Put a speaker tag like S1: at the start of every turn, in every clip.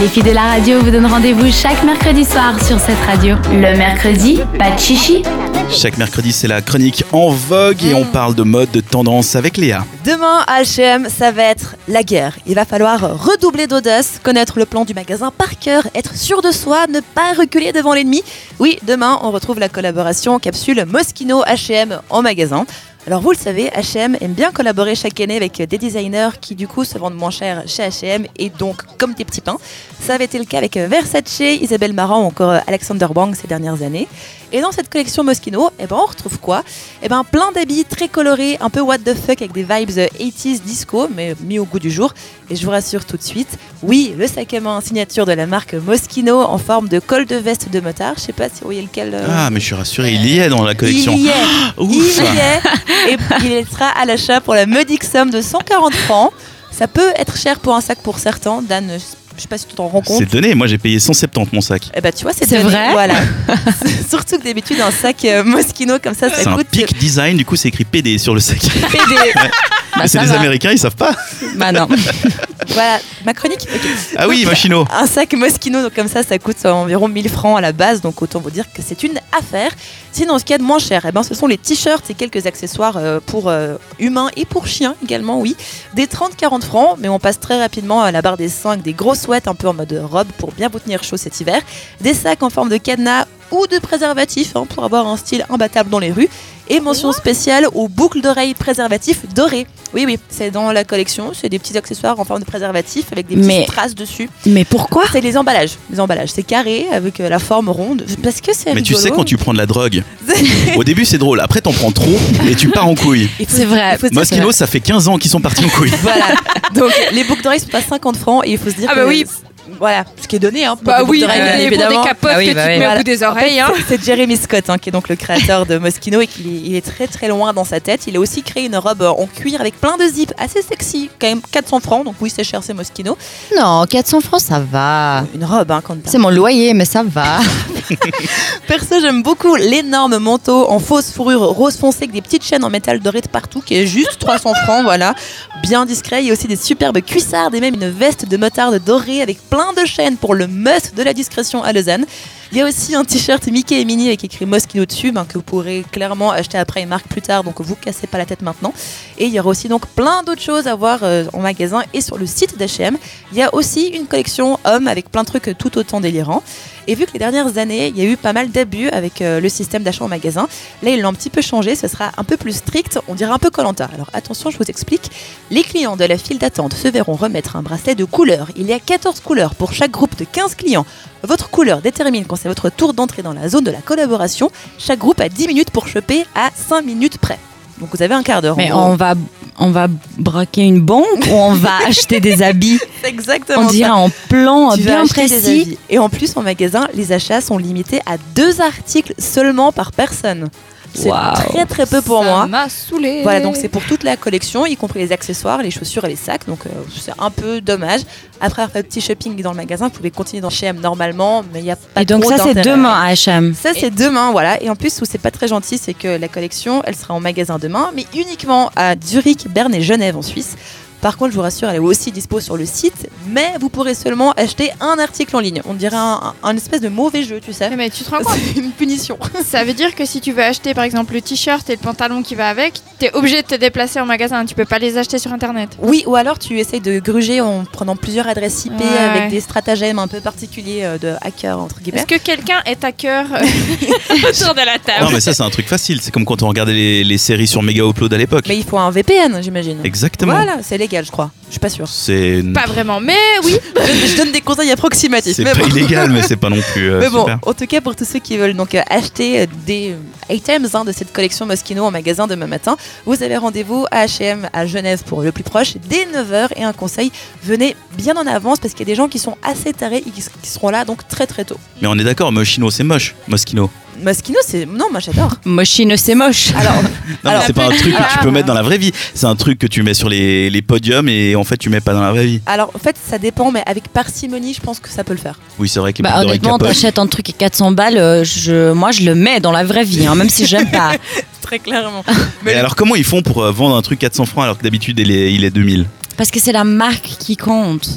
S1: Les filles de la radio vous donnent rendez-vous chaque mercredi soir sur cette radio. Le mercredi, pas de chichi.
S2: Chaque mercredi, c'est la chronique en vogue et on
S3: Ah.
S2: parle de mode, de tendance avec Léa.
S3: Demain, à H&M, ça va être la guerre. Il va falloir redoubler d'audace, connaître le plan du magasin par cœur, être sûr de soi, ne pas reculer devant l'ennemi. Oui, demain, on retrouve la collaboration capsule Moschino H&M en magasin. Alors vous le savez, H&M aime bien collaborer chaque année avec des designers qui du coup se vendent moins cher chez H&M et donc comme des petits pains. Ça avait été le cas avec Versace, Isabelle Marant ou encore Alexander Wang ces dernières années. Et dans cette collection Moschino, eh ben on retrouve quoi Eh ben plein d'habits très colorés, un peu what the fuck avec des vibes 80s disco mais mis au goût du jour. Et je vous rassure tout de suite, oui, le sac à main signature de la marque Moschino en forme de col de veste de motard. Je sais pas si vous voyez lequel. euh,
S2: Ah, mais je suis rassuré, il y est dans la collection.
S3: il y est.
S2: Ouf.
S3: Il y est. Et il sera à l'achat pour la modique somme de 140 francs. Ça peut être cher pour un sac pour certains. Dan, je sais pas si tu t'en rends compte.
S2: C'est donné, moi j'ai payé 170 mon sac.
S3: Eh ben, tu vois, c'est
S1: C'est
S3: donné.
S1: vrai
S3: Voilà. Surtout que d'habitude, un sac euh, Moschino comme ça, ça
S2: C'est un
S3: coûte
S2: pic design, du coup c'est écrit PD sur le sac.
S3: PD.
S1: Bah,
S2: c'est
S1: ça
S2: les
S1: va.
S2: Américains, ils savent pas.
S1: Bah non.
S3: voilà, ma chronique. ok.
S2: Ah oui,
S3: Donc,
S2: Machino.
S3: Un sac Moschino, donc comme ça, ça coûte euh, environ 1000 francs à la base, donc autant vous dire que c'est une affaire. Sinon, ce qu'il y a de moins cher, eh ben, ce sont les t-shirts et quelques accessoires euh, pour euh, humains et pour chiens également, oui. Des 30-40 francs, mais on passe très rapidement à la barre des 5, des grosses sweats un peu en mode robe pour bien vous tenir chaud cet hiver. Des sacs en forme de cadenas ou de préservatifs hein, pour avoir un style imbattable dans les rues. Et mention spéciale aux boucles d'oreilles préservatifs dorés. Oui, oui, c'est dans la collection. C'est des petits accessoires en forme de préservatif avec des petites
S1: Mais-
S3: traces dessus.
S1: Mais pourquoi
S3: C'est les emballages. Les emballages, c'est carré avec euh, la forme ronde. Parce que c'est
S2: Mais tu
S3: rigolo.
S2: sais quand tu prends de la drogue, au début c'est drôle, après t'en prends trop et tu pars en couille.
S3: Il faut-
S1: C'est vrai.
S3: il faut se dire
S2: Moschino, ça fait 15 ans qu'ils sont partis en couille.
S3: que- Voilà. Donc les boucles d'oreilles sont à 50 francs et il faut se dire
S4: Ah
S3: que
S4: bah oui.
S3: Voilà, ce qui est donné hein, pour
S4: Bah
S3: des boucles
S4: oui,
S3: d'oreilles, bien
S4: euh,
S3: évidemment.
S4: pour
S1: Ah
S4: des capotes
S5: Bah oui,
S4: que
S5: bah
S4: tu te
S5: oui.
S4: mets au
S3: Voilà.
S4: bout des
S3: En fait,
S4: oreilles. hein.
S3: c'est- C'est Jeremy Scott hein, qui est donc le créateur de Moschino et qui il est très très loin dans sa tête. Il a aussi créé une robe en cuir avec plein de zips assez sexy, quand même 400 francs. Donc oui, c'est cher, c'est Moschino.
S5: Non, 400 francs, ça va.
S3: Une robe, hein, quand t'as-
S5: C'est mon loyer, mais ça va.
S3: Perso, j'aime beaucoup l'énorme manteau en fausse fourrure rose foncé avec des petites chaînes en métal doré de partout qui est juste 300 francs, voilà. Bien discret. Il y a aussi des superbes cuissardes et même une veste de motarde dorée avec plein de chaînes pour le must de la discrétion à Lausanne. Il y a aussi un t-shirt Mickey et Minnie avec écrit Moschino dessus, ben, que vous pourrez clairement acheter après une marque plus tard, donc vous cassez pas la tête maintenant. Et il y aura aussi donc plein d'autres choses à voir euh, en magasin et sur le site d'H&M. Il y a aussi une collection hommes avec plein de trucs tout autant délirants. Et vu que les dernières années, il y a eu pas mal d'abus avec euh, le système d'achat en magasin, là ils l'ont un petit peu changé, ce sera un peu plus strict, on dirait un peu Colanta. Alors attention, je vous explique. Les clients de la file d'attente se verront remettre un bracelet de couleur. Il y a 14 couleurs pour chaque groupe de 15 clients. Votre couleur détermine quand c'est votre tour d'entrée dans la zone de la collaboration. Chaque groupe a 10 minutes pour choper à 5 minutes près. Donc vous avez un quart d'heure.
S1: Mais
S3: en gros.
S1: on va, on va braquer une banque ou on va acheter des habits
S3: C'est exactement
S1: On
S3: ça.
S1: dirait en plan
S3: Tu vas
S1: bien
S3: acheter des
S1: précis.
S3: habits. Et en plus, en magasin, les achats sont limités à deux articles seulement par personne. C'est
S1: Waouh.
S3: très très peu pour
S4: Ça
S3: moi.
S4: m'a saoulé.
S3: Voilà, donc c'est pour toute la collection, y compris les accessoires, les chaussures et les sacs. Donc euh, c'est un peu dommage. Après avoir fait un petit shopping dans le magasin, vous pouvez continuer dans H&M normalement, mais il n'y a pas
S1: Et donc
S3: trop
S1: ça c'est
S3: d'intérêt.
S1: demain à H&M.
S3: Ça c'est demain, voilà. Et en plus, où c'est pas très gentil, c'est que la collection, elle sera en magasin demain, mais uniquement à Zurich, Berne et Genève en Suisse. Par contre, je vous rassure, elle est aussi dispo sur le site, mais vous pourrez seulement acheter un article en ligne. On dirait un, un espèce de mauvais jeu, tu sais.
S4: Non, Mais tu te rends compte
S3: C'est une punition.
S4: Ça veut dire que si tu veux acheter par exemple le t-shirt et le pantalon qui va avec, t'es obligé de te déplacer en magasin. Tu peux pas les acheter sur internet.
S3: Oui, ou alors tu essayes de gruger en prenant plusieurs adresses IP
S4: Ouais.
S3: avec des stratagèmes un peu particuliers euh, de hacker, entre guillemets.
S4: Est-ce que quelqu'un est à cœur euh, autour de la
S3: Ah
S2: Non
S4: table
S2: mais ça c'est un truc facile, c'est comme quand on regardait les, les séries sur Mega Upload à l'époque.
S3: Mais il faut un VPN, j'imagine.
S2: Exactement.
S3: Voilà, c'est légal, je crois. Je suis pas sûre.
S2: C'est
S4: Pas vraiment, mais oui.
S3: je donne des conseils approximatifs.
S2: c'est
S3: mais
S2: pas
S3: bon.
S2: illégal mais c'est pas non plus euh,
S3: Mais bon,
S2: super.
S3: en tout cas, pour tous ceux qui veulent donc euh, acheter euh, des euh, items hein, de cette collection Moschino en magasin demain matin, vous avez rendez-vous à H&M à Genève pour le plus proche dès 9h. Et un conseil, venez bien en avance parce qu'il y a des gens qui sont assez tarés et qui, s- qui seront là donc très très tôt.
S2: Mais on est d'accord, Moschino c'est moche, Moschino.
S3: Moschino, c'est... Non, moi j'adore.
S1: Moschino c'est moche. Bah,
S3: Alors,
S2: Non,
S3: Alors,
S2: mais c'est pas un truc que tu peux
S4: Ah.
S2: mettre dans la vraie vie. C'est un truc que tu mets sur les, les podiums et en fait tu mets pas dans la vraie vie.
S3: alors, en fait, ça dépend, mais avec parcimonie, je pense que ça peut le faire.
S2: Oui, c'est vrai que les
S1: Bah,
S2: boucles d'oreilles
S1: honnêtement,
S2: capotent.
S1: t'achètes un truc à 400 balles, euh, je, moi je le mets dans la vraie vie, hein, même si j'aime pas.
S3: Très clairement.
S2: Mais alors comment ils font pour euh, vendre un truc 400 francs alors que d'habitude il est, il est 2000
S1: Parce que c'est la marque qui compte.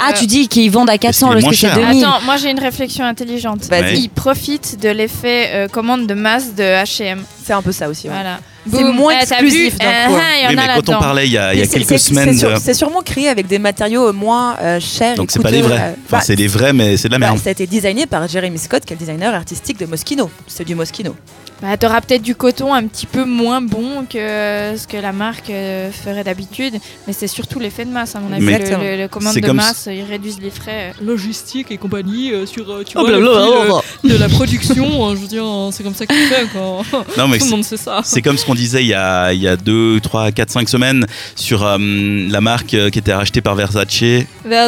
S6: Ah, tu dis qu'ils vendent à 400
S2: qu'il est
S6: le
S2: moins
S6: spécial
S2: cher.
S6: 2000.
S4: Euh, Attends, moi j'ai une réflexion intelligente.
S3: Vas-y.
S2: Ouais.
S4: Ils profitent de l'effet euh, commande de masse de H&M.
S3: C'est un peu ça aussi. ouais.
S4: Voilà.
S3: C'est
S4: Boum.
S3: moins
S4: Ah, t'as
S3: exclusif
S4: vu
S3: d'un coup,
S4: Ah,
S3: hein.
S4: ah, il y en
S2: Oui, mais
S4: a
S2: quand on
S4: là-dedans.
S2: parlait il y a, Ah, il y a
S3: Mais c'est-
S2: quelques
S3: c'est-
S2: semaines.
S3: c'est sûr-
S2: de-
S3: C'est sûrement créé avec des matériaux moins euh, chers. et
S2: Donc c'est pas
S3: coûteux,
S2: des
S3: euh,
S2: vrais. Enfin,
S3: bah,
S2: c'est des vrais, Ah, mais c'est de la
S3: bah,
S2: merde.
S3: ça a été designé par Jeremy Scott, qui est le designer artistique de Moschino. C'est du Moschino.
S4: Bah, t'auras peut-être du coton un petit peu moins bon que euh, ce que la marque euh, ferait d'habitude, mais c'est surtout l'effet de masse à mon avis.
S2: Mais-
S4: le, le- le commande
S2: C'est
S4: de
S2: comme
S4: masse, ils réduisent les frais. euh.
S7: logistique et compagnie euh, sur euh, tu vois, le prix de, de la production. hein, je veux dire, hein, c'est comme ça qu'on fait. Quoi.
S2: Non, mais
S7: Tout le
S2: c'est-
S7: monde sait ça.
S2: C'est comme ce qu'on disait il y a, il y a 2, 3, 4, 5 semaines sur euh, la marque euh, qui était rachetée par Versace. Euh,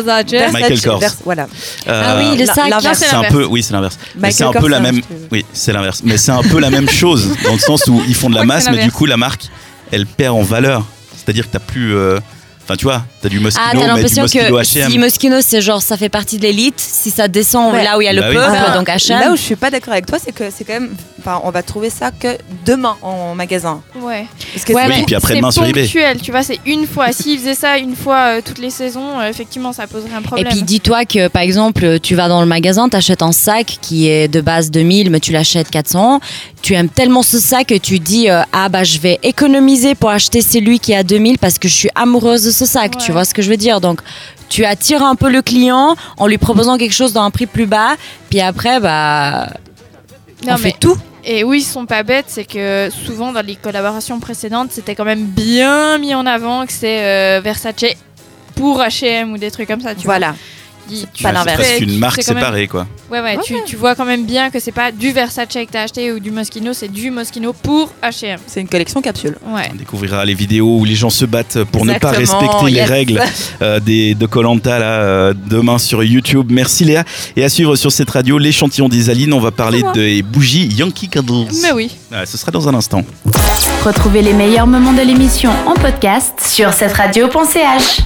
S3: Versace,
S2: Michael Kors.
S3: Vers- Voilà.
S6: Ah oui, le
S3: la-
S6: sac.
S3: l'inverse.
S2: c'est un peu, oui, c'est l'inverse. Mais
S3: Michael
S2: c'est un
S3: Kors,
S2: peu la
S3: ça,
S2: même.
S3: je te-
S2: Oui, c'est l'inverse. Mais c'est un peu la même chose dans le sens où ils font de la
S4: Je crois que
S2: masse,
S4: c'est
S2: mais du
S4: l'inverse.
S2: coup la marque, elle perd en valeur. C'est-à-dire que t'as plus. euh, Enfin, tu vois, t'as du Moschino,
S6: Ah, t'as
S2: mais du
S6: l'impression
S2: Moschino
S6: que
S2: H&M.
S6: si Moschino, c'est genre, ça fait partie de l'élite, si ça descend
S3: Ouais.
S6: là où il y a le
S2: Bah oui.
S6: peuple,
S3: Ah,
S6: donc H&M.
S3: Là où je suis pas d'accord avec toi, c'est que c'est quand même. Enfin, on va trouver ça que demain en magasin.
S4: Ouais.
S3: Parce que
S6: Ouais,
S3: c'est-
S2: Oui, puis
S4: c'est
S2: après-demain sur eBay.
S4: ponctuel, tu vois, c'est une fois. S'ils faisaient ça une fois euh, toutes les saisons, euh, effectivement, ça poserait un
S6: Et
S4: problème.
S6: puis dis-toi que par exemple, tu vas dans le magasin, t'achètes un sac qui est de base 2000, mais tu l'achètes 400. Tu aimes tellement ce sac que tu dis euh, ah bah je vais économiser pour acheter celui qui est à 2000 parce que je suis amoureuse de ce sac. Tu
S4: Ouais.
S6: vois ce que je veux dire Donc tu attires un peu le client en lui proposant quelque chose dans un prix plus bas, puis après bah on
S4: Non, mais-
S6: fait tout.
S4: Et oui, ils sont pas bêtes, c'est que souvent dans les collaborations précédentes, c'était quand même bien mis en avant que c'est euh, Versace pour H&M ou des trucs comme ça, tu
S3: voilà.
S4: vois. Dis- tu-
S3: pas
S2: Ouais, c'est
S3: l'inverse.
S2: presque
S4: tu-
S2: une
S4: c'est
S2: marque
S4: quand même-
S2: séparée, quoi.
S4: Ouais, ouais, Tu, tu vois quand même bien que c'est pas du Versace que t'as acheté ou du Moschino, c'est du Moschino pour H&M.
S3: C'est une collection capsule.
S4: Ouais.
S2: On découvrira les vidéos où les gens se battent pour ne pas
S3: Exactement,
S2: respecter les
S3: yes.
S2: règles euh, des, de Colanta là euh, demain sur YouTube. Merci Léa. Et à suivre sur cette radio, l'échantillon des Alines. On va parler des bougies Yankee Candles.
S4: Mais oui.
S2: Ouais, ce sera dans un instant.
S1: Retrouvez les meilleurs moments de l'émission en podcast sur cette radio.ch.